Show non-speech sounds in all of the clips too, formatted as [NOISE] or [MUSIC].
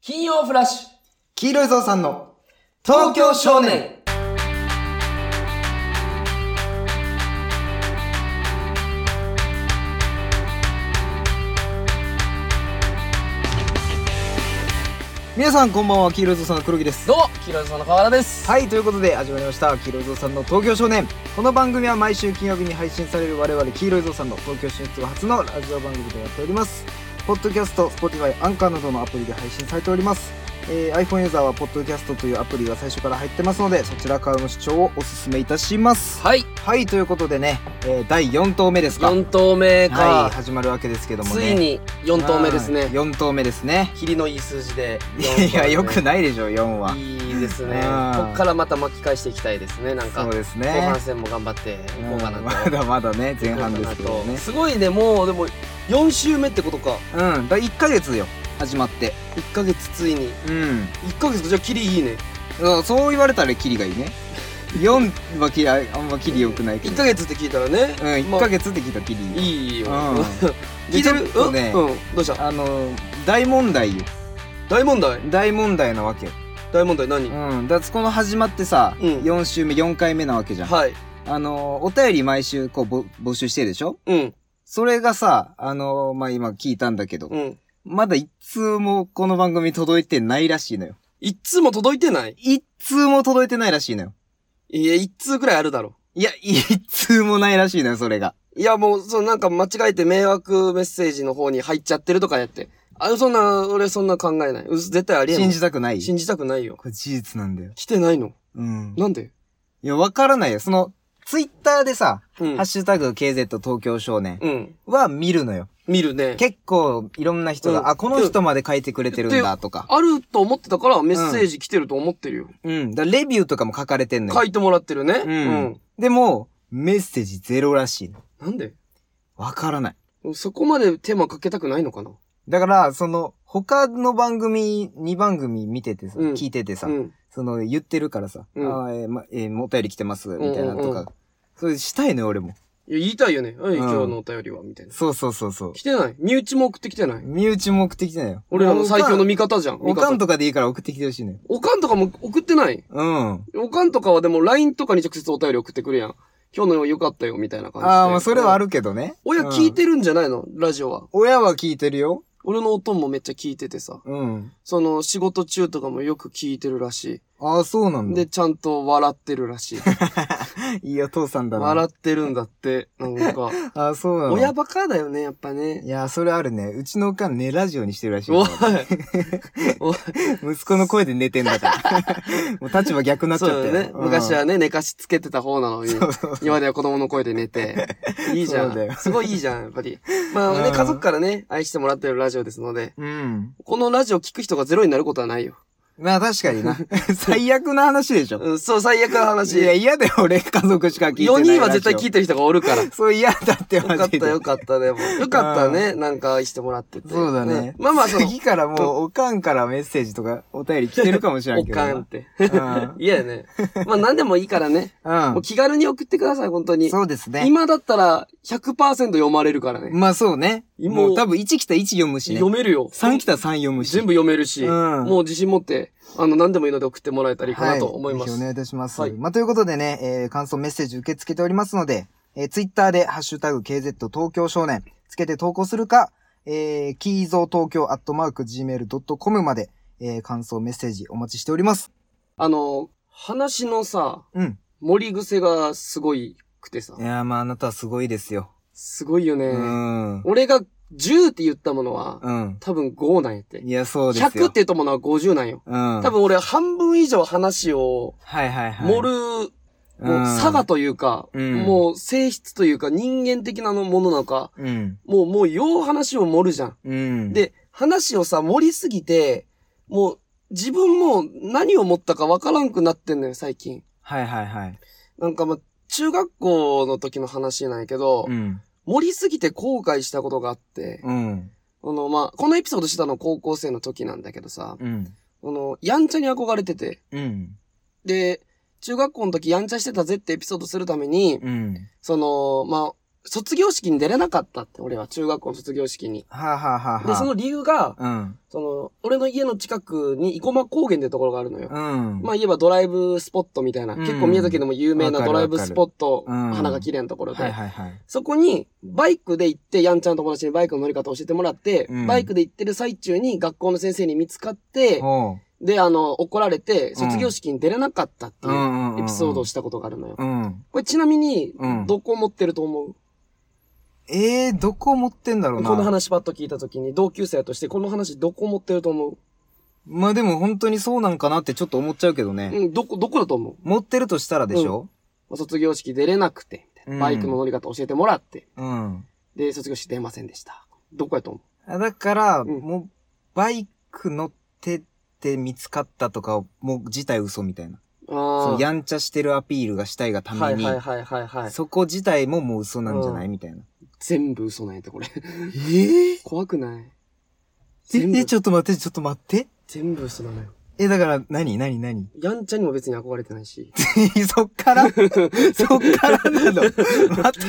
金曜フラッシュ黄色いぞうさんの東京少年皆さんこんばんは黄色いぞうさんの黒木ですどうも黄色いぞの河原ですはいということで始まりました黄色いぞうさんの東京少年この番組は毎週金曜日に配信される我々黄色いぞうさんの東京進出後初のラジオ番組でやっておりますポッドキャスト Spotify アンカーなどのアプリで配信されております、えー iPhone ユーザーはポッドキャストというアプリが最初から入ってますのでそちらからの視聴をお勧めいたしますはいはいということでね、えー第4投目ですか4投目はかい、始まるわけですけどもねついに4投目ですね4投目ですねキリのいい数字でいやよくいないでしょ4はいいですねうんこっからまた巻き返していきたいですねなんかそう後ですね半戦も頑張っていこうかなとうんまだまだね前半ですけどねすごいねもうでも4週目ってことかうんだ1ヶ月よ始まって1ヶ月ついにうん1ヶ月じゃあキリいいねそうそう言われたらキリがいいね4はキリああんまキリ良くないけ1どヶ月って聞いたらねうん1まあヶ月って聞いたらキリいいいようん [LAUGHS] 聞いてるでちょっとねうんうんどうしたあの大問題よ大問題大問題なわけよ大問題何うんだからこの始まってさ、うん4週目4回目なわけじゃんはいあのお便り毎週こうぼ募集してるでしょうんそれがさあのまあ今聞いたんだけど、うんまだ一通もこの番組届いてないらしいのよ。一通も届いてない一通も届いてないらしいのよ。いや、一通くらいあるだろ。いや、一通もないらしいのよ、それが。いや、もう、そのなんか間違えて迷惑メッセージの方に入っちゃってるとかやって。あ、そんな、俺そんな考えない。う絶対ありえない。信じたくない信じたくないよ。これ事実なんだよ。来てないの。うん。なんでいや、わからないよ。その、ツイッターでさ、うんハッ。シュタグ KZ 東京少年うん。は見るのよ。見るね。結構、いろんな人が、うんあ、この人まで書いてくれてるんだとか。あると思ってたからメッセージ来てると思ってるよ。うん。だからレビューとかも書かれてんのよ。書いてもらってるね。うん。でも、メッセージゼロらしいの。なんでわからない。そこまで手間かけたくないのかなだから、その、他の番組、2番組見ててさ、うん聞いててさ、うん。その、言ってるからさ、うんあーえーま、えー、お便り来てます、みたいなとか、うんうんうんそれしたいのよ、俺も。いや、言いたいよね。はい、うん今日のお便りは、みたいな。そうそうそうそう来。てない。身内も送ってきてない。身内も送ってきてないよ。俺らの最強のもう味方じゃん。おかんおかん味方とかでいいから送ってきてほしいのよ。おかんとかも送ってない。うん。おかんとかはでも LINE とかに直接お便り送ってくるやん。今日の良かったよ、みたいな感じで。ああ、まあそれはある。るけどね。親うん聞いてるんじゃないの、ラジオは。親は聞いてるよ。俺の音もめっちゃ聞いててさ。うん。その仕事中とかもよく聞いてるらし。ああ、そうないんだで、。ちゃんと笑ってるらしい。いいお父さんだな。笑ってるんだって。なんか。ああ、そうなの。親バカだよね、やっぱねい。やー、それあるね。うちのおかん寝ラジオにしてるらしいおいよ。息子の声で寝てんだから。 [LAUGHS] もう立場逆になっちゃそっうただよよね。うん昔はね、寝かしつけてた方なのに。そうそうそう。今では子供の声で寝 [LAUGHS] て。いいじゃそうだよん。すごいいいじゃん、やっぱ [LAUGHS] り。まあね、うん家族からね、愛してもらってるラジオですので。うん。このラジオ聞く人がゼロになることはないよ。まあ確か [LAUGHS] にな。最悪な話でしょ。うん、そう、最悪の話。いや、嫌だよ、俺家族しか聞いてない。 4人は絶対聞いいてる人がおるから。よそう、嫌だって、 [LAUGHS] マかっジで。たよかった、でも。よかったね、なんか愛してもらってて。そうだね。まあまあ、 [LAUGHS] その、次からもう、おかんからメッセージとか、お便り来てるかもしれおんけどな。かんって。ういやね。まあ何でもいいから [LAUGHS] ね。ん。もう気軽に送ってください、本当うん。に。そうですね。今だったら100%読まれるからね。まあそうね。今もう多分1来た1読むしね読。めるよ。 3来た3読むし。全部読めるし、うんもう自信持って、あの、何でもいいので送ってもらえたらいいかなと思います。ぜひお願いいたします。はいまあ、ということでね、えー感想メッセージ受け付けておりますので、えー、ツイッターで、ハッシュタグ KZ 東京少年、つけて投稿するか、えー、キーゾー東京アットマーク Gmail.com まで、えー、感想メッセージお待ちしております。あの、話のさ、うん。盛り癖がすごいくてさい、やーまあ、あなたはすごいですよ。すごいよね。うん。俺が10って言ったものは、うん。多分5なんやって。いや、そうですよ。 100って言ったものは50なんよ。うん。多分俺半分以上話をはいはいはい。盛る、もう差がというか、うんもう性質というか人間的なものなのか、うん。もうもうよう話を盛るじゃん。うん。、で、話をさ、盛りすぎて、もう自分も何を持ったかわからんくなってんのよ、最近。はいはいはい。なんかまあ、中学校の時の話なんやけど、うん。盛りすぎて後悔したことがあって、うん。あの、まあ、このエピソードしたの高校生の時なんだけどさ、うん。あの、やんちゃに憧れてて、うん。で、中学校の時やんちゃしてたぜってエピソードするために、うん。その、まあ、卒業式に出れなかったって、俺は中学校の卒業式に。はあ、はあはあはあ、で、その理由が、うん。その、俺の家の近くに生駒高原ってところがあるのよ。うん。まあ言えばドライブスポットみたいな、うん結構宮崎でも有名なドライブスポット、わかるわかるうん花が綺麗なところで、はいはいはい。そこにバイクで行って、やんちゃんの友達にバイクの乗り方を教えてもらって、うんバイクで行ってる最中に学校の先生に見つかって、おうで、あの、怒られて、卒業式に出れなかったってういうんうん。エピソードをししたことがあるのよ。うん。これちなみにうん、どこ持ってると思う、ええー、どこ持ってんだろうな。この話パッと聞いた時に、同級生としてこの話どこ持ってると思う、まあでも本当にそうなんかなってちょっと思っちゃうけどね。うん、どこ、どこだと思う持ってるとしたらでしょまあ卒業式出れなくて、みたいうんなバイクの乗り方教えてもらって、うん。で、卒業式出ませんでした。どこやと思あだから、うんもう、バイク乗ってて見つかったとかを、もう自体嘘みたいな。うそあのやんちゃしてるアピールがしたいがたあ。はめいに、はいはいはいはい。そこ自体ももう嘘なんじゃない、みたいな。全部嘘なんやって、これ。 [LAUGHS] えー、怖くない全え、部え、、ちょっと待って、ちょっと待って。全部嘘なのよ。え、だから、何何何 [LAUGHS] やんちゃんにも別に憧れてないし。そっから [LAUGHS] そっからなの。待っ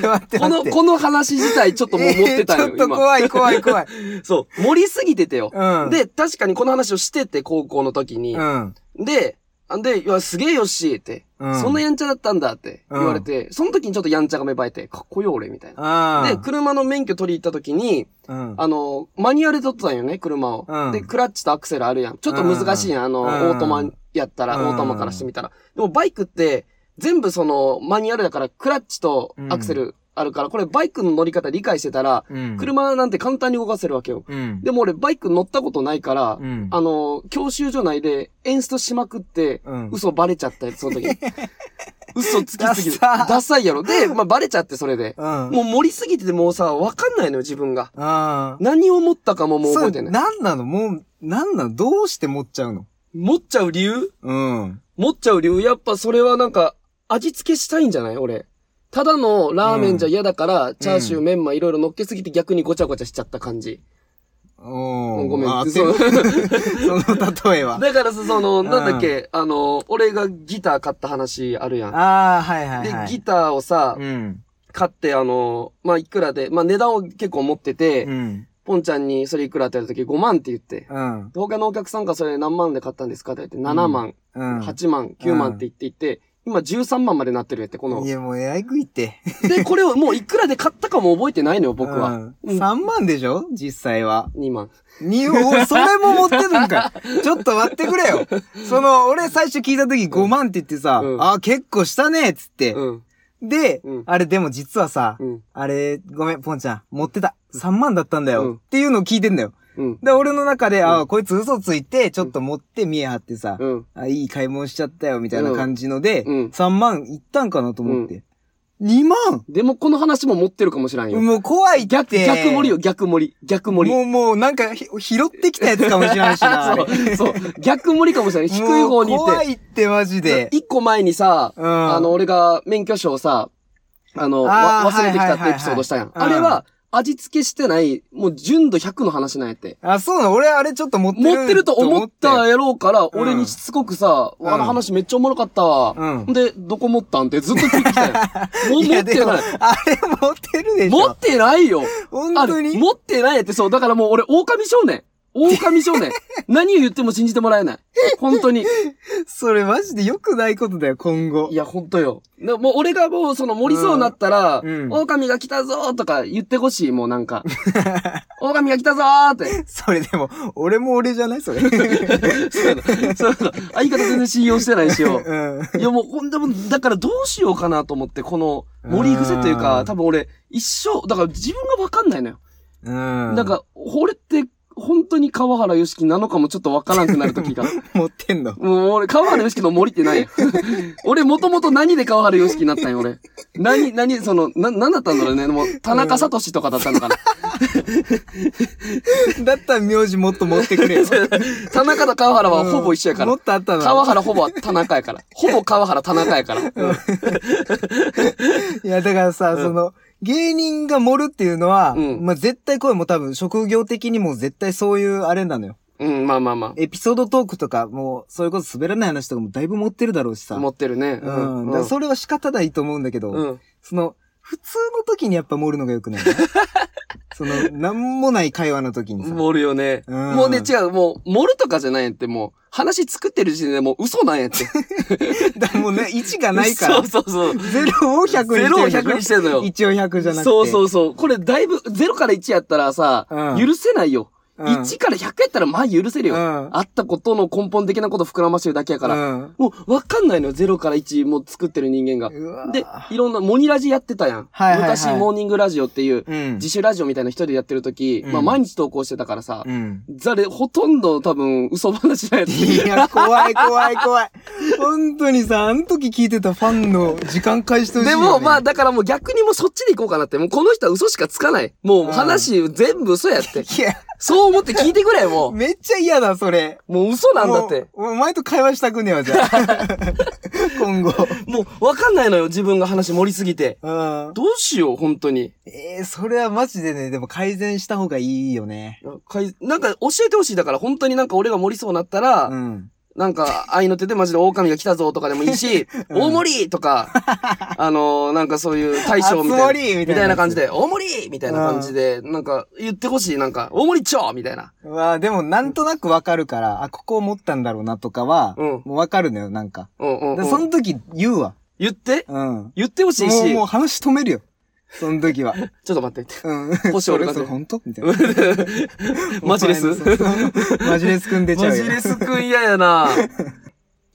て待ってこ待っの、て。この話自体ちょっともう持ってたよ、えーちょっと怖い怖い怖い。今。そう。盛りすぎててよ。うん。、で、確かにこの話をしてて、高校の時にう。ん。で、あで、いや、すげえよっしーって。うんそんなやんちゃだったんだって言われて、その時にちょっとやんちゃが芽生えて、かっこよ俺、みたいな。ああ。で、車の免許取り行った時に、うん。あの、マニュアルで撮ったんよね、車を、うんで、クラッチとアクセルあるやん。ちょっと難しいやん、あの、うんオートマやったら、うんオートマからしてみたら。でもバイクって、全部その、マニュアルだから、クラッチとアクセルあるから、これバイクの乗り方理解してたら、うん。車なんて簡単に動かせるわけよ。うん。でも俺、バイク乗ったことないから、うん。あの、教習所内で演出しまくって、うん。嘘バレちゃったやつ、その [LAUGHS] 時。嘘つきすぎる。ダサダサいやろ。で、まあ、バレちゃって、それで。うん。もう盛りすぎてて、もうさ、わかんないのよ、自分が。ああ。何を持ったかももう覚えてそれない。何なのもう、何なのどうして持っちゃうの持っちゃう理由うん。持っちゃう理由やっぱそれはなんか、味付けしたいんじゃない俺。ただのラーメンじゃ嫌だから、チャーシュー、メンマいろいろ乗っけすぎて逆にごちゃごちゃしちゃった感じ。おーごめん。あそそう [LAUGHS] その例えは。だからさ、その、んなんだっけ、あの、俺がギター買った話あるやん。ああ、はいはいはい。で、ギターをさ、うん。買って、あの、まあ、いくらで、まあ、値段を結構持ってて、うん。ポンちゃんにそれいくらってやった時5万って言って、うん。他のお客さんがそれ何万で買ったんですかって言って7万。うん。 8万、9万って言っていて、今13万までなってるやって、このい。や、もう、えらい食いって。で、これをもういくらで買ったかも覚えてないのよ、僕は。うん3万でしょ実際は。 2万。に、おそれも持ってるんか [LAUGHS] い。ちょっと待ってくれよ。その、俺最初聞いた時5万って言ってさ、うんああ、結構したねっつって。うん。で、うんあれでも実はさ、うん。あれ、ごめん、ポンちゃん、持ってた。3万だったんだよ。うんっていうのを聞いてんだよ。うん。で、俺の中で、んああ、こいつ嘘ついて、ちょっと持って見え張ってさ、うん。あいい買い物しちゃったよ、みたいな感じので、うん3万いったんかなと思って。2万でもこの話も持ってるかもしれんよ。もう怖いって。逆、逆盛りよ、逆盛り。逆盛り。もう、もう、なんかひ、拾ってきたやつかもしれないしな。あれ [LAUGHS] そう、そう。逆盛りかもしれない。低いも方うにい怖て。いって、マジで。一個前にさ、うんあの、俺が免許証をさ、あの、あーわ忘れてきたってエピソードしたやん。はいあはいはいれは、味付けしてない、もう純度100の話なんやって。あ、そうなの俺、あれちょっと持ってる。持ってると思ったやろうから、うん俺にしつこくさ、うんあの話めっちゃおもろかったわ。うんで、どこ持ったんってずっと聞いてきたよ。もう [LAUGHS] い持や、っでても、ない。あれ持ってるでしょ。持ってないよ。本あ当れに持ってないって、そう。だからもう俺、狼少年。狼少 [LAUGHS] 年。何を言っても信じてもらえない。本当に。それマジで良くないことだよ、今後い。や、本当よ。でもう俺がもう、その、盛りそうになったら、うんうん狼が来たぞーとか言ってほしい、もうなん [LAUGHS] か。狼が来たぞーって。それでも、俺も俺じゃな [LAUGHS] いそれ。うそうやなそうやな相方全然信用してないしよ。ん。 [LAUGHS] いやもうほんでも、だからどうしようかなと思って、この盛り癖といううかん、多分俺、一生、だから自分がわかんないのよ。うん。なん、か、俺って、本当に川原良樹なのかもちょっとわからんくなる [LAUGHS] 時が。持ってんの。もう俺、川原良樹の森って [LAUGHS] ないよ。俺、もともと何で川原良樹になったんよ、俺。何、何、その、な、何だったんだろうね。もう、田中聡とかだったの [LAUGHS] かな。だったら名字もっと持ってくれ [LAUGHS] よ。田中と川原はほぼ一緒やかうんもらっ。とあった川の。原ほぼ田中やから。ほぼ川原田中やから。いや、だからさ、その、芸人が盛るっていうのは、うんまあ、絶対これも多分、職業的にも絶対そういうあれなのよ。うん、まあまあまエピソードトークとか、もう、そういうこと滑らない話とかもだいぶ持ってるだろうしあ。さ。持ってるね。うん。だからそれは仕方ないと思うんだけど、うん。その、普通の時にやっぱ盛るのが良 [LAUGHS] くないその、なんもない会話の時にさ。盛るよね。うんもうね、違う、もう、盛るとかじゃないんやって、もう、話作ってる時点でもう嘘なんやって。だもうね、1がないから。 [LAUGHS] そうそうそう。 0を100にしてるでしゼょ。ロを100にしてんのよ。 1を100じゃなくて。そううそ。うそう。これだいぶ、0から1やったらさ、うん許せないよ。うん、 1から100やったらまあ許せるよ。うんあったことの根本的なこと膨らましてるだけやから。うん。もう、わかんないのよ。0から1もう作ってる人間が。うわで、いろんな、モニラジやってたやん。はいはいはい昔、モーニングラジオっていう、うん。自主ラジオみたいな一人でやってる時、うんまあ毎日投稿してたからさ、うん。ザレ、ほとんど多分嘘話だよ。いや、怖い怖い怖い。本当にさ、あの時聞いてたファンの時間返してほしいでよ、ね。も、まあ、、だからもう逆にもうそっちで行こうかなって。もうこの人は嘘しかつかない。もう話全部嘘やって。いや、そう思って聞いてくれ、もめっちゃ嫌だ、それ。 [LAUGHS] う。もう嘘なんだって。もう。お前と会話したくねえわ、じ [LAUGHS] ゃあ。今後。もう、わかんないのよ、自分が話盛りすぎて。うん。どうしよう、本当に。えー、それはマジでね、でも改善した方がいいよね。かいなんか教えてほしい。だから本当になんか俺が盛りそうになったら、うん。なんか愛の手でマジで狼が来たぞとかでもいいし、 [LAUGHS] うん大盛りとか、あのーなんかそういう大将みたいな。熱盛りみたいなやつみたいな感じで、大盛りみたいな感じで、なんか言ってほしい。なんか、大盛りちょみたいな。まあ、でもなんとなくわかるから、あ、ここを持ったんだろうなとかは、うんもうわかるのよ、なんか。うんうん、だうんからその時言うわ。言ってうん。も言ってほしいし、う、もう話止めるよ。そ [LAUGHS] の時は。ちょっと [LAUGHS] 待ってって。うん。腰折る感じそれそれ本当みたいな。マジレスそうそうそうマジレスくん出ちゃマうよ。ジレスくん嫌や [LAUGHS] な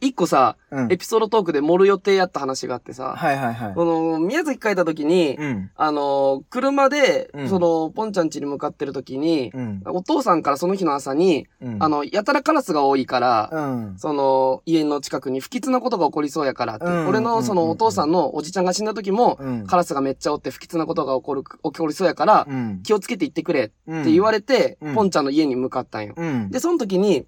一個さ、うんエピソードトークで盛る予定やった話があってさ、はいはいはい。この、宮崎帰った時に、うん。あの、車で、うんその、ポンちゃん家に向かってる時に、うん。お父さんからその日の朝に、うんあ、の、やたらカラスが多いから、うん。その、家の近くに不吉なことが起こりそうやからって、うん俺のそのうんお父さんのおじちゃんが死んだ時も、うんカラスがめっちゃおって不吉なことが起こる、起こりそうやから、うん。気をつけて行ってくれって言われて、うんポンちゃんの家に向かったんよ。うん。で、その時に、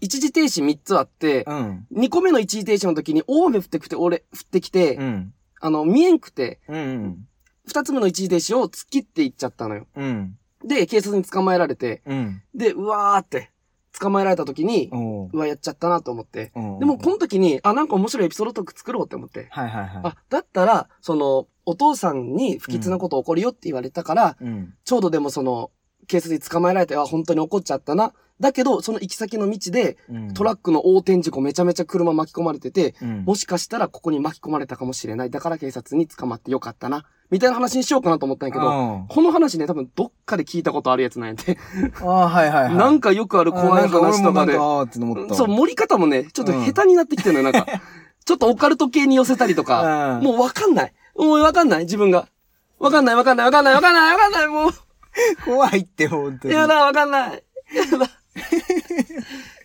一時停止3つあってう、ん。 2個目の一時停止の時に大雨降ってきて、俺、降ってきて、うん。あの、見えんくて、うん。 2つ目の一時停止を突っ切って行っちゃったのよ。うん。で、警察に捕まえられて、うん。で、うわーって、捕まえられた時に、おううわ、やっちゃったなと思って。おうでも、この時に、あ、なんか面白いエピソードトーク作ろうって思って。はいはいはい。あ、だったら、その、お父さんに不吉なこと起こるよって言われたから、うん。ちょうどでもその、警察に捕まえられて、あ、本当に怒っちゃったな。だけど、その行き先の道で、うん。トラックの横転事故めちゃめちゃ車巻き込まれてて、うん。もしかしたらここに巻き込まれたかもしれない。だから警察に捕まってよかったな。みたいな話にしようかなと思ったんやけど、ど。この話ね、多分どっかで聞いたことあるやつなんやで。ああ、はいはいはい。なんかよくある怖い話とあーなんか俺もなかんでか。あーって思った。そう、盛り方もね、ちょっと下手になってきてるのよ、なん [LAUGHS] か。ちょっとオカルト系に寄せたりとか。うん。もうわかんない。もうわかんない、自分が。わかんない、わかんない、わかんない、わかんない、わかんない、もう。怖いって、本当に。やだ、わかんない。や [LAUGHS] だ。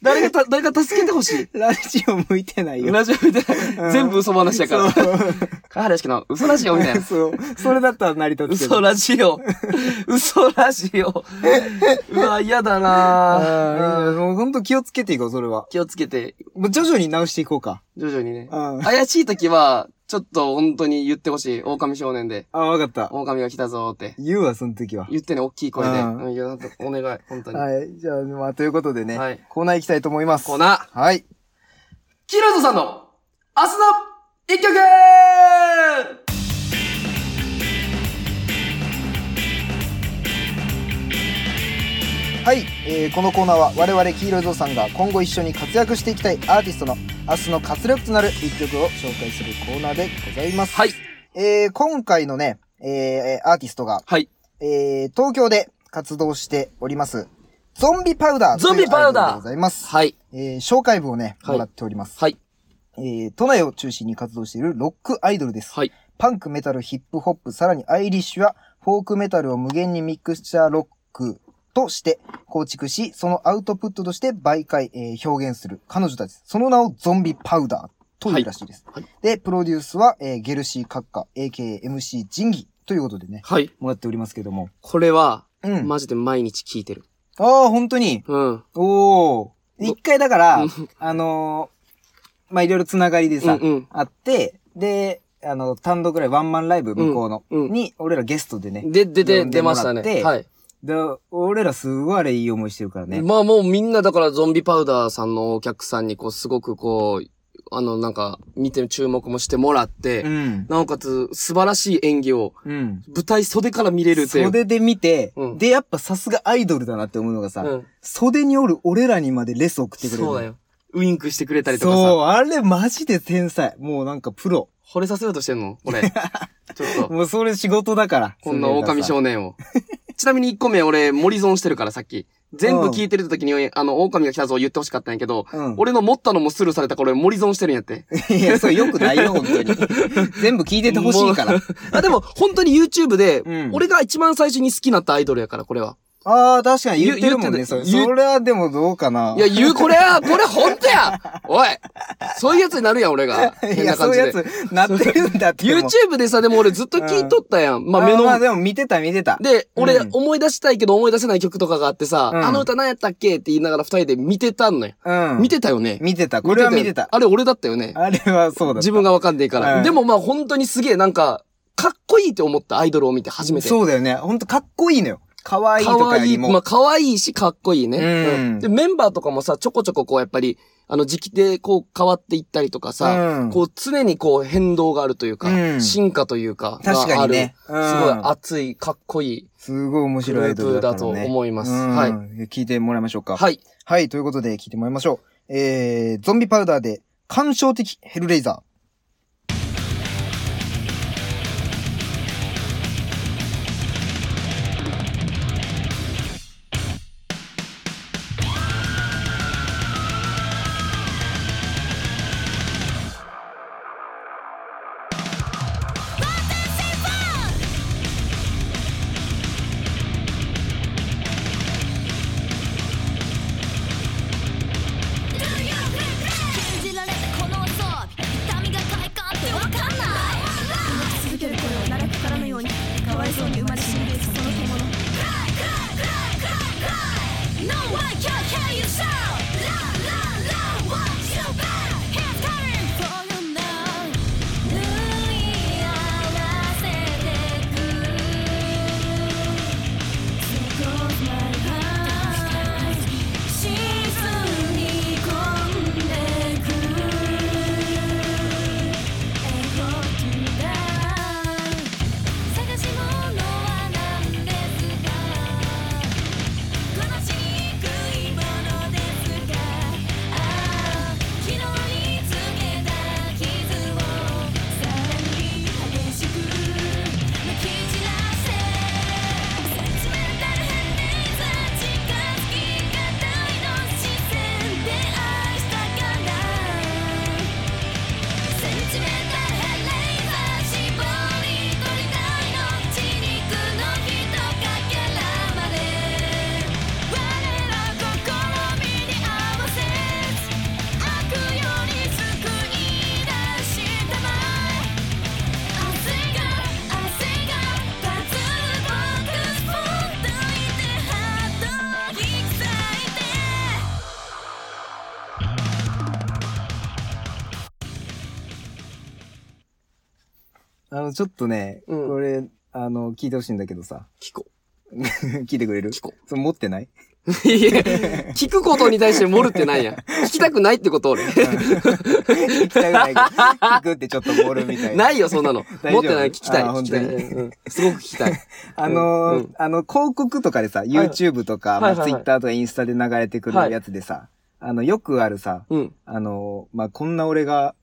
誰がた、誰か助けてほしい。ラジオ向いてないよ。ラジオみたいうんな。全部嘘話やから。川原しの嘘ラジオみたいな。そう。それだったら成り立つけど。嘘ラジオ。嘘ラジオ。うわ、嫌だなぁああ、もう本当気をつけていこう、それは。気をつけて、もう徐々に直していこうか。徐々にね。うん。あ怪しい時は、ちょっと本当に言ってほしい。狼少年で。あ、わかった。狼が来たぞーって。言うわ、その時は。言ってね、大きい声で。うんうん、いや、お願い、本当に。はい。じゃあ、まあ、ということでね、はいコーナー行きたいと思います。コーナーはい。キルトさんの、明日の一曲はい、えーこのコーナーは我々黄色いぞうさんが今後一緒に活躍していきたいアーティストの明日の活力となる一曲を紹介するコーナーでございます。はい。えー今回のね、えーアーティストが、はい。えー東京で活動しております、ゾンビパウダーというゾンビパウダーアイドルでございます。はい。えー紹介文をね、はいもらっております。はい。えー都内を中心に活動しているロックアイドルです。はい。パンク、メタル、ヒップホップ、さらにアイリッシュやフォークメタルを無限にミクスチャーロックとして構築し、そのアウトプットとして媒介、えー表現する彼女たち。その名をゾンビパウダーというらしいです。はいはで、プロデュースは、えーゲルシー閣下、AKMC 仁義ということでね、はい。もらっておりますけども。これは、うん。マジで毎日聞いてる。ああ、本当に。うん。おお。一回だからうん、あのーまあ、いろいろつながりでうんさ、うん。あって、で、あの、単独ライブ、ワンマンライブ、向こうの、うんうんに、俺らゲストでね。で、で、呼で、んで出もまらしってたね。はい。で、俺らすごいあれいい思いしてるからね。まあもうみんなだからゾンビパウダーさんのお客さんにこうすごくこう、あの、なんか、見て注目もしてもらって、うん。なおかつ、素晴らしい演技を、うん。舞台袖から見れるっていう。袖で見て、うんで、やっぱさすがアイドルだなって思うのがさ、うん。袖におる俺らにまでレス送ってくれる。そうだよ。ウインクしてくれたりとかそう、さ。あれマジで天才。もうなんかプロ。惚れさせようとしてん [LAUGHS] の俺。ちょっと。もうそれ仕事だから。こんな狼年。少年を。ちなみに1個目俺、森損してるからさっき。全部聞いてる時に、あの、狼が来たぞ言ってほしかったんやけど、うん。俺の持ったのもスルーされたから俺森損してるんやって。いや、それよくないよ、本当に。全部聞いててほしいから。あ、でも本当に YouTube でうん、俺が一番最初に好きになったアイドルやから、これは。ああ、確かに言ってるもんね。言それ言ってたそれはでもどうかな。いや、言う、これは、これ本当やおいそういうやつになるやん、俺が。変 [LAUGHS] いなやそ感うじいうやで。つ、なってるんだって。もう YouTube でさ、でも俺ずっと聞いとったやん。まあ、目あーのまあでも見てた見てた。で、俺うん思い出したいけど思い出せない曲とかがあってさ、うんあの歌何やったっけって言いながら二人で見てたんのよ。うん。見てたよね。見てた。これは見てた。あれ俺だったよね。あれはそうだった。自分がわかんねえから。うんでもまあ本当にすげえなんか、かっこいいって思ったアイドルを見て初めて。そうだよね。ほんとかっこいいのよ。かわいいかとわかよいりい。も。まあ可愛いしかっこいいね。うんで、メンバーとかもさ、ちょこちょここうやっぱり、あの時期でこう変わっていったりとかさ、うんこう常にこう変動があるというか、うん進化というか、確かにね。がある。すごいうん熱い、かっこいい。すごい面白いアイドルだったのグねループだと思いますうんはい聞いてもらいましょうか。はい。はい。ということで聞いてもらいましょう。えー、ゾンビパウダーで、感傷的ヘルレイザ信じられたこの装備痛みが快感ってわかんない動き続ける声を奈落からのようにかわいそうに生まれ死んでいくその獣 No one can hear you shout La la la what's your back Here's coming for you now 縫い合わせてく Tickles my heart 沈み込んでく動きだ探し物は何ですか悲しにくいものですかああ昨日につけた傷をさらに激しくまき散らせ Sentimental Handdays は近づきがたいの視線で愛したからセンチメンタルヘレイザー絞り取りたいの血に砕かれて肉のひとかけらまで我ら試みに合わせ悪より救い出したまえ I think I think I t h ボックスポンといてハートに伝えてー。あの、ちょっとね、うんこれ、あの、聞いてほしいんだけどさ。 [LAUGHS] 聞こ聞いてくれる聞こそれ持ってないう。いや、 [LAUGHS] 聞くことに対して盛るってなんや。聞きたくないってこと俺。聞きたくないけど。聞くってちょっとボールみたいな。ないよ、そんなの。 [LAUGHS] 大持丈夫ってない、聞きたい。あ聞本き当たい。にうんうんすごく聞きたい。あのーうんあの、広告とかでさ、YouTube とか、はいまあ、はいはい Twitter とかインスタで流れてくるやつでさ、あの、よくあるさ、うん。あのーまあ、こんな俺が、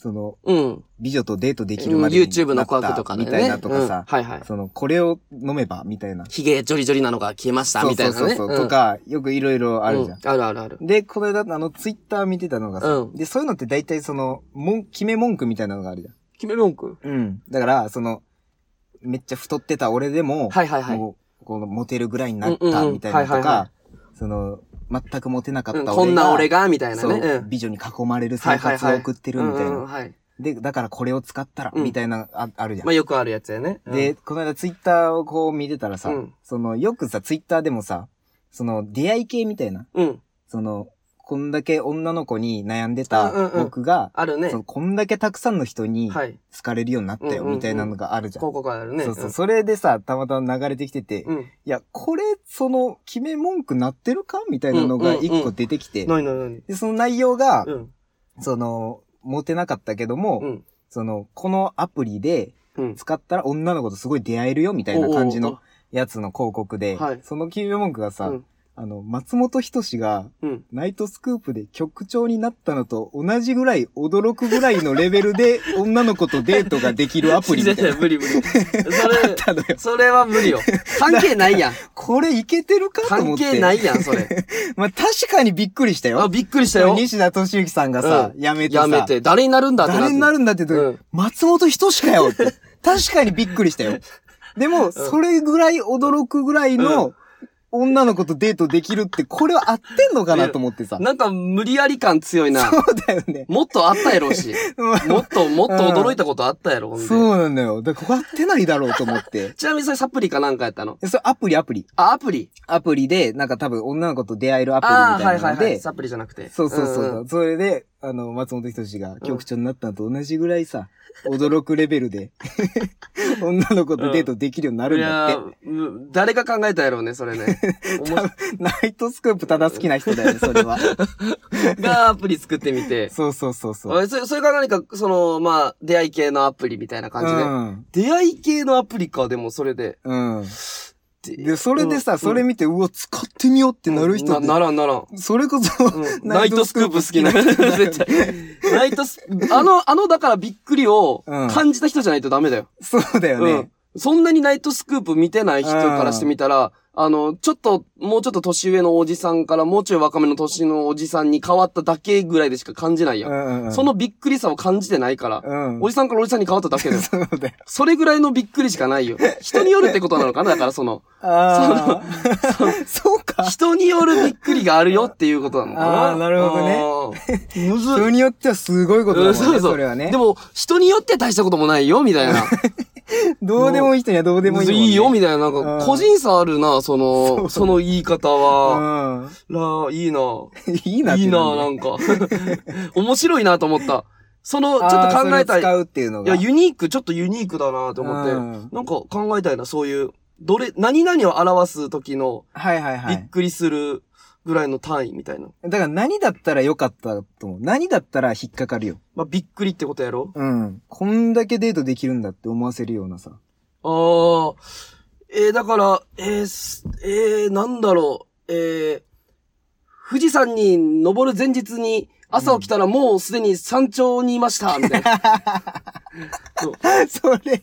その、うん。美女とデートできるうんまでになった YouTube の告白とかね。みたいなとかさ、うんはいはい。その、これを飲めば、みたいな。ヒゲジョリジョリなのが消えました、みたいなそうね。そうそう、うんと、か、よくいろいろあるじゃん。うあるあるある。で、この間、あの、ツイッター見てたのがさ、うんで、そういうのって大体その、もん、決め文句みたいなのがあるじ決め文句ゃん。うん。だから、その、めっちゃ太ってた俺でも、はいはいはい。もう、この、モテるぐらいになっうんうた、んうんみたいなとはいはいはか、その、全くモテなかったうん俺が、こんな俺が、みたいなそうね。うん美女に囲まれる生活を送ってるみたいうんうんな。はい。で、だからこれを使ったら、うんみたいな、ああるじゃんまあ。よくあるやつやね。うんで、、この間ツイッターをこう見てたらさ、うんその、よくさ、ツイッターでもさ、その、出会い系みたいな、うん。その、こんだけ女の子に悩んでうんたうんうん僕が、あるねそ。のこんだけたくさんの人には好い。広かれるようになったよ、うんうんうんみたいなのがあるじゃん。告あるね。そうそう、それでさ、たまたま流れてきてて、いうん。うん。や、これ、その、決め文句なってるかみたいなのうがんうんうん一個出てきて、なになになにで、その内容が、うん。その、モテなかったけども、うん。その、このアプリでうん。使ったら女の子とすごい出会えるよみたいな感じおうのやつの広告で、はいその企業文句がさ、おうおう。あの、松本人志がうん。うん。ナイトスクープで局長になったのと同じぐらい驚くぐらいのレベル [LAUGHS] で女の子とデートができるアプリみたいな。無理無理。そあっれ、たのよ。それは無理よ。関係ない [LAUGHS] やん。これいけてるかと関思って。係ないやん、そ [LAUGHS] れ。まあ確かにびっくりしたよ。あ、びっくりしたよ。西田敏行さんがさ、うん辞めてさ、やめて。誰になるんだって誰になるんだって言うと、松本人志かよって。確かにびっくりしたよ。でも、それぐらい驚くぐらいの女の子とデートできるって、これは合ってんのかなと思ってさ。なんか無理やり感強いな。そうだよね。もっとあったやろう [LAUGHS] し。もっと、もっと驚いたことあったやろ、ほんでそうなんだよ。だからここ合ってないだろうと思って。ちなみにそれサプリかなんかやったのそれアプリアプリ。あ、アプリ。アプリで、なんか多分女の子と出会えるアプリああー、みはたいいなはいのはでい。、サプリじゃなくて。そうそうそう。んん。それで、あの、松本人志が局長になったのと同じぐらいさ、驚くレベ [LAUGHS] ルで、女の子とデートできるようになるんいだってや。ー、う誰が考えたやろうね、それ [LAUGHS] ね。おもしナイトスクープただ好きな人だよね、それは。 [LAUGHS] がアプリ作ってみて。そうそうそうそう。あそそれが何か、その、まあ、出会い系のアプリみたいな感じで。うん出会い系のアプリか、でもそれで。うん。でで、それでうさ、んそれ見て、うわ、使ってみようってなる人なって、ならんならん。それこそ、うん [LAUGHS] ナイトスクープ好きな。人だよね [LAUGHS] 絶対。ナイトス、あの、あの、だからびっくりをうん感じた人じゃないとダメだよ。そうだよね。うん。そんなにナイトスクープ見てない人からしてみたら、あの、ちょっと、もうちょっと年上のおじさんからもうちょい若めの年のおじさんに変わっただけぐらいでしか感じないや。うんんうん。そ、のびっくりさを感じてないから、うん。おじさんからおじさんに変わっただけだよ。そうだよ。それぐらいのびっくりしかないよ。人によるってことなのかなだからその、ああ。 [LAUGHS] そうか。人によるびっくりがあるよっていうことなのかなあーなるほどねね。むずっ人によってはすごいことだもんね、うんそうそうそれはねで。も、人によって大したこともないよ、みたいな。どうでもいい人にはどう [LAUGHS] でもいいもんね。よ、みたいな。なんうんか、個人差あるな、その、その言い方は。うん。らあ、いいな。 [LAUGHS] いいなっていいんだな、よなんか。 [LAUGHS] 面白いなと思った。その、ちょっとあー考えたそれを使い。うっていうのいが。や、ユニーク、ちょっとユニークだなと思って。うなんんか考えたいな、そういう。どれ、何々を表す時の、はいはいはびいっ。くりするぐらいの単位みたいな。だから何だったら良かったと思う。何だったら引っかかるよ。まあ、びっくりってことやろうん。こんだけデートできるんだって思わせるようなさ。 [LAUGHS] ああ、えー、だから、えーす、えー、なんだろう、えー、富士山に登る前日に、朝起きたらもうすでに山頂にいました、みたい [LAUGHS] な。それ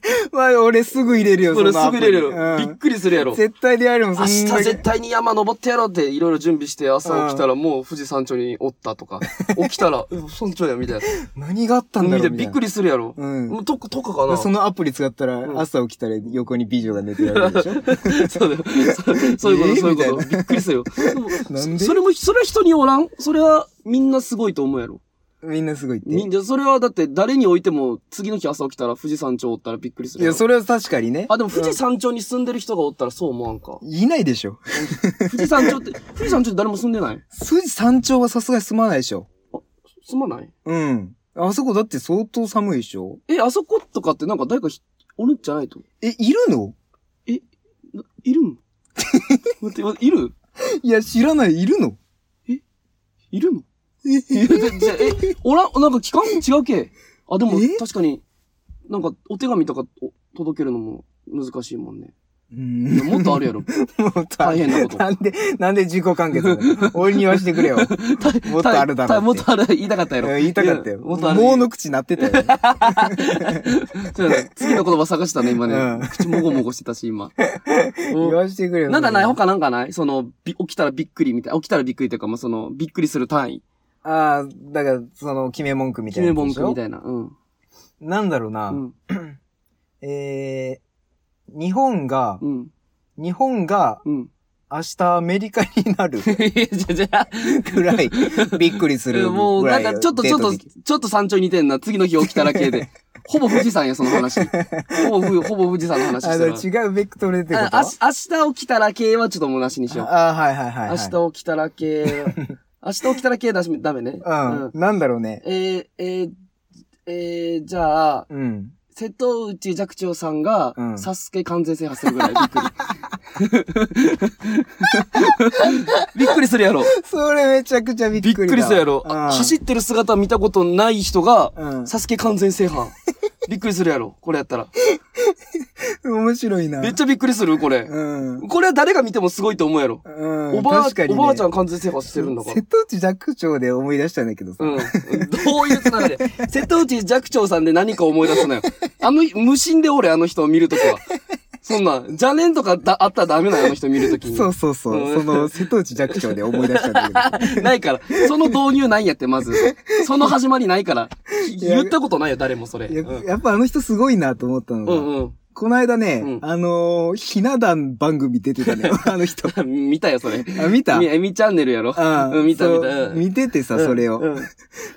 は俺すぐ入れるよ、それすぐ入れるそのよアプびリっくりするやうろん。。絶対出会えるもん、明日そんだけ絶対に山登ってやろうっていろいろ準備して朝起きたらもう富士山頂におったとか、起きた [LAUGHS] ら、うん山頂や、みたい何があったな。んだみろたいうなびみたいっな。くりするやろ。うんもうと、とかかな。そのアプリ使ったら、朝起きたら横に美女が寝てるわけで [LAUGHS] しょそうだよ。そそういうこと、えーそういうこみと。びっくりするよ。でも [LAUGHS] なんでそそれも、それは人におらんそれはみんなすごいと思うやろ。みんなすごいっみんて。な、それはだって誰においても次の日朝起きたら富士山頂おったらびっくりすいるやや、ろ。それは確かにね。あ、でも富士山頂に住んでる人がおったらそう思わん [LAUGHS] か。いないでしょ。富士山頂って、富士山頂って誰も住んでない富士山頂はさすがに住まないでしょ。住まないうん。あそこだって相当寒いでしょ。え、あそことかってなんか誰かひおるんじゃないとえ、いるのいるん [LAUGHS] 待って、 [LAUGHS] 待っているいや、知らない、いる [LAUGHS] のいるのえ、じゃあえ、おらん、なんか期間違うけ。あ、でもえ確かに、なんかお手紙とかお届けるのも難しいもんね。うんいやもっとあ [LAUGHS] るやろ。もう大変なこと [LAUGHS] なんで、なんで自己完結 [LAUGHS] なの俺に言わしてくれよ。もっとあるだろうってたもっとある、言いたかったやろ。うん言いたかったよ。やももうっとある。もうの口なってたよ。次の言葉探したね、今ね。うん口もごもごしてたし、 [LAUGHS] 今。言うわしてくれよ。んなんかない、それ他なんかないその、び起きたらびっくりみたい。起きたらびっくりというか、まあ、その、びっくりする単位。ああ、だから、その、決め文句みた決いなめ文やつでし句ょ。みたいな。うん。なんだろううな。ん。えー、日本が、うん。日本が [LAUGHS] うん。明日アメリカになるいやじゃ、じゃ、ぐらい、びっくりするぐらい。 [LAUGHS] もう、なんか、ちょっと、ちょっと、ちょっと山頂に似てんな。次の日起きたら系 [LAUGHS] で。ほぼ富士山や、その話。ほぼふ、ほぼ富士山の話あしてるわ。違うベクトルでってことああし明日起きたら系はちょっともうなしにしよう。ああ、はいはいはい、はい。明日起きたら系、明日起きたら系だし、ダメね。 [LAUGHS] うん。なんだろうね。えー、えー、えー、じゃあ、うん。 [LAUGHS] 瀬戸内寂聴さんがう、ん [LAUGHS] サスケ完全制覇するぐらいびっくり。びっくりするやろ。それめちゃくちゃびっくびっりだくりするやろ。うんあ走ってる姿見たことない人が、うんサスケ完全制覇。びっくりするやろ。これやったら。 [LAUGHS] 面白いなめっちゃびっくりするこれ。うんこれは誰が見てもすごいと思うやろ。うんおばあ、確かにおねばあちゃん完全制覇してるんだから瀬。戸内寂聴で思い出したんだけどさ、うん。どういうつながり [LAUGHS] で。瀬戸内寂聴さんで何か思い出すのよ。あの、無心で俺、あの人を見るときは。そんな、邪念とかだあったらダメなのあの人見るときに。そうそうそう、うんその瀬戸内寂聴で思い出したんだけどさないから。その導入ないんやって、まず。その始まりないから。言ったことないよ、誰もそれ。 [LAUGHS] いやうんやっぱあの人すごいなと思ったのうが、んこの間ね、うんあのーひな壇番組出て [LAUGHS] たね、あの人。うん。見たよ、それ。あ、見たみえみチャンネルやろ。あうん見たそ見うた。うん見ててさ、それを、うん。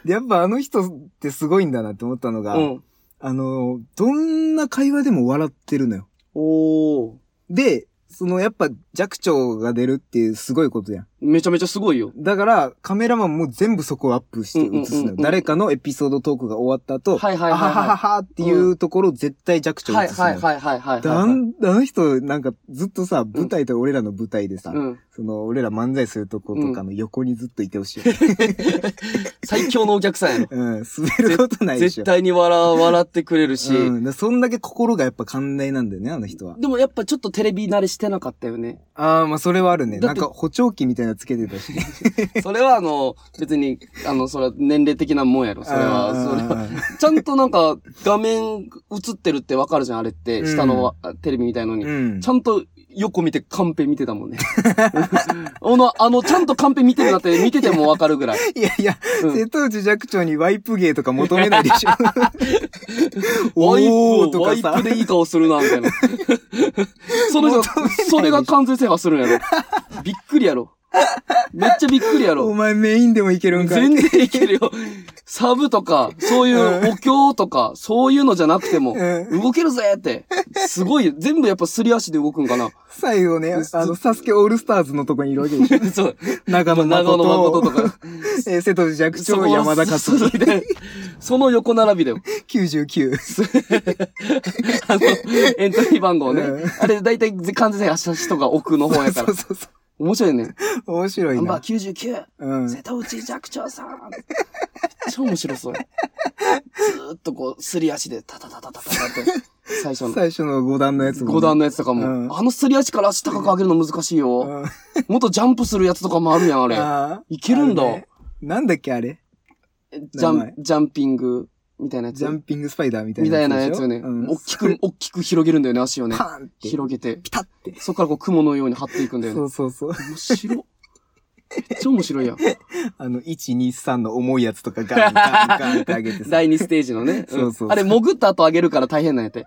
でやっぱあの人ってすごいんだなって思ったのが、うん。あのーどんな会話でも笑ってるのよ。おー。で、そのやっぱ弱聴が出るっていうすごいことやん。めちゃめちゃすごいよ。だから、カメラマンも全部そこをアップして映うんすうんうのんうよ。ん誰かのエピソードトークが終わった後、はいはいあはいはいははははっていうところを絶対弱聴は映いすのはいよ。はいはいはいはい。であんあの人、なんかずっとさ、舞台と俺らの舞台でさ、うん。その、俺ら漫才するとことかの横にずっといて [LAUGHS] ほしい。 [LAUGHS] 最強のお客さん [LAUGHS] やろ。うん、滑ることないでし絶ょ。対に笑、笑ってくれるし。うん、だからそんだけ心がやっぱ寛大なんだよね、あの人は。でもやっぱちょっとテレビ慣れしてなかったよね。ああ、まあそれはあるね。だなっんてか補聴器みたいなのつけて [LAUGHS] たし。それはあの、別に、あの、それは年齢的なもんやろ。それは、うんそれは。うんちゃんとなんか、画面映ってるってわかるじゃん、あれって。うん下のわテレビみたいのに。うんちゃんと横見てカンペ見てたも [LAUGHS] んね。あの、あの、ちゃんとカンペ見てるなって見ててもわかるぐらい。いやいや、うん瀬戸内寂聴にワイプ芸とか求めないで [LAUGHS] しょ。ワイおープ、とワかイさプ。でいい顔するな、みたい [LAUGHS] な。それが、それが完全制覇するんやろ。びっくりやろ。めっちゃびっくりやろ。お前メインでもいけるんかい。全然いけるよ。サブとか、そういうお経とか、そういうのじゃなくても、う動けるぜって。すごいよ。全部やっぱすり足で動くんかな。最後ね、あの、サスケオールスターズのとこにいるわけでしょ。そう。長 [LAUGHS] 野長野誠誠とと、か。えー瀬戸内寂そ聴、こ山田勝そそでその横並びだよ。 99。あの、エントリー番号ねうん。あれ、だいたい完全に足足とか奥の方やかそうら。そうそ面白いね。う。面白いナンバな。ー99、うん瀬戸内寂聴さん。 [LAUGHS] めっちゃ面白そうや。ずーっとこう、すり足で、タタタタタタって、最初の。最初の5段のやつもね。 [LAUGHS] 五段のやつとかも、うんあのすり足から足高く上げるの難しいよ。もっとジャンプするやつとかもあるやん、あうんれ。あーいけるんだあねなんだっけあれジャ名前ン、ジャンピング、みたいなやつ。ジャンピングスパイダーみたいみなたいやつなでしょ。やつよね。うん大きく、大きく広げるんだよね、足をね。パーンって。広げて。ピタって。そこからこう雲のように張っていくんだよねそ。うそうそう。面白っ。めっちゃ面白いやん。あの、1、2、3の重いやつとかガンガンガンって上げてさ。第2ステー [LAUGHS] ジのね。そうそうそうんあれ、潜った後上げるから大変なんやって。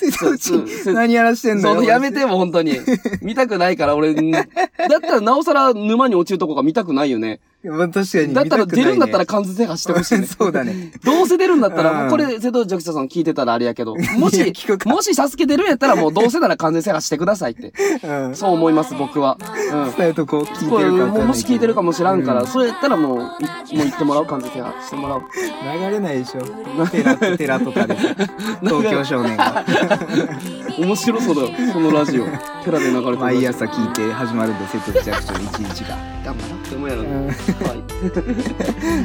瀬戸そうそ内、う何やらしてんのそのやめても、本当 [LAUGHS] に。見たくないから、俺、んだったらなおさら沼に落ちるとこが見たくないよね。まあ確かに見だったらくな出いねるんだったら完全制覇してほしいね。 [LAUGHS] そうだね。どうせ出るんだったうんら、もうこれ、瀬戸内寂聴さん聞いてたらあれやけ [LAUGHS] ど、もいやし聞く、かもしサスケ出るんやったらもうどうせなら完全制覇してくださいって。うん。そう思います、僕は。伝えとこう、う聞ん。いこてれ、るかわかんもなういもし聞いてるかもしらんから、うんそれやったらもう、いもう言ってもらう、完全制覇してもらおう。流れないでしょ。テラ [LAUGHS] とテラとかで。 [LAUGHS] 東京少年が面白そうだよ、このラジ [LAUGHS] オ。テラで流れてる。毎朝聞いて始まるんで、瀬戸内寂聴の一日が。頑張ってもやろうんはい。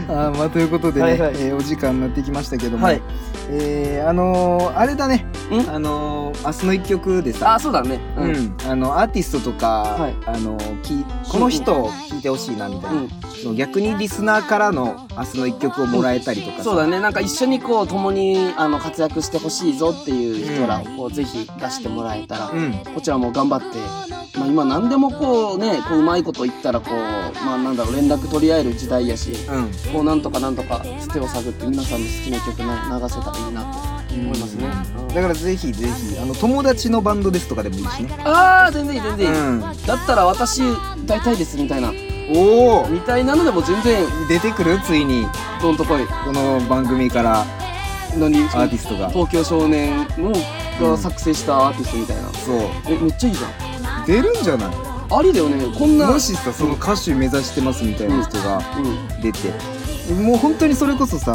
あーまあということでね、はいはいえーお時間になってきましたけども、はいえーあのーあれだねんあのー明日の一曲でさあ、そうだね。う。うんん、あのアーティストとか、はいあのーきこの人を聴いてほしいなみたいな、うんその逆にリスナーからの明日の一曲をもらえたりとかさ、そうだね。なんか一緒にこう、共に、あの、活躍してほしいぞっていう人らを、こう、ぜひ出してもらえたら、うんこちらも頑張って、まあ、今何でもこうねこううまいこと言ったらこうまあなんだろう連絡取り合える時代やしうんこうなんとかなんとかつてを探って皆さんの好きな曲な流せたらいいなと思いますね、うんだからぜひぜひあの友達のバンドですとかでもいいしね、ああ全然いい全然いい、うん、だったら私大体ですみたいなおおみたいなのでも全然出てくるついにどんとこいこの番組から何アーティストが東京少年もが作成したアーティストみたいな、そうえめっちゃいいじゃ出るんじゃないんありだよねこんなもしさその歌手目指してますみたいな人がうん出て、もう本当にそれこそさ、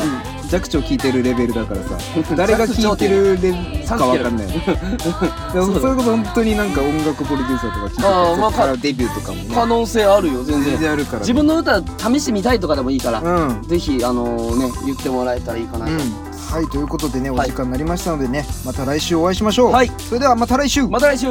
弱聴聞いてるレベルだからさ誰が聞いてるレベルかわかんないでもそうだねそれこそ本当になんか音楽プロデューサーとか聞いてあたーまあそっからデビューとかもね可能性あるよ全全然然あるから、自分の歌試してみたいとかでもいいから、うんぜひあのね言ってもらえたらいいかなと、うん、はいということでねおはい時間になりましたのでね、また来週お会いしましょう、はいそれではまた来週また来週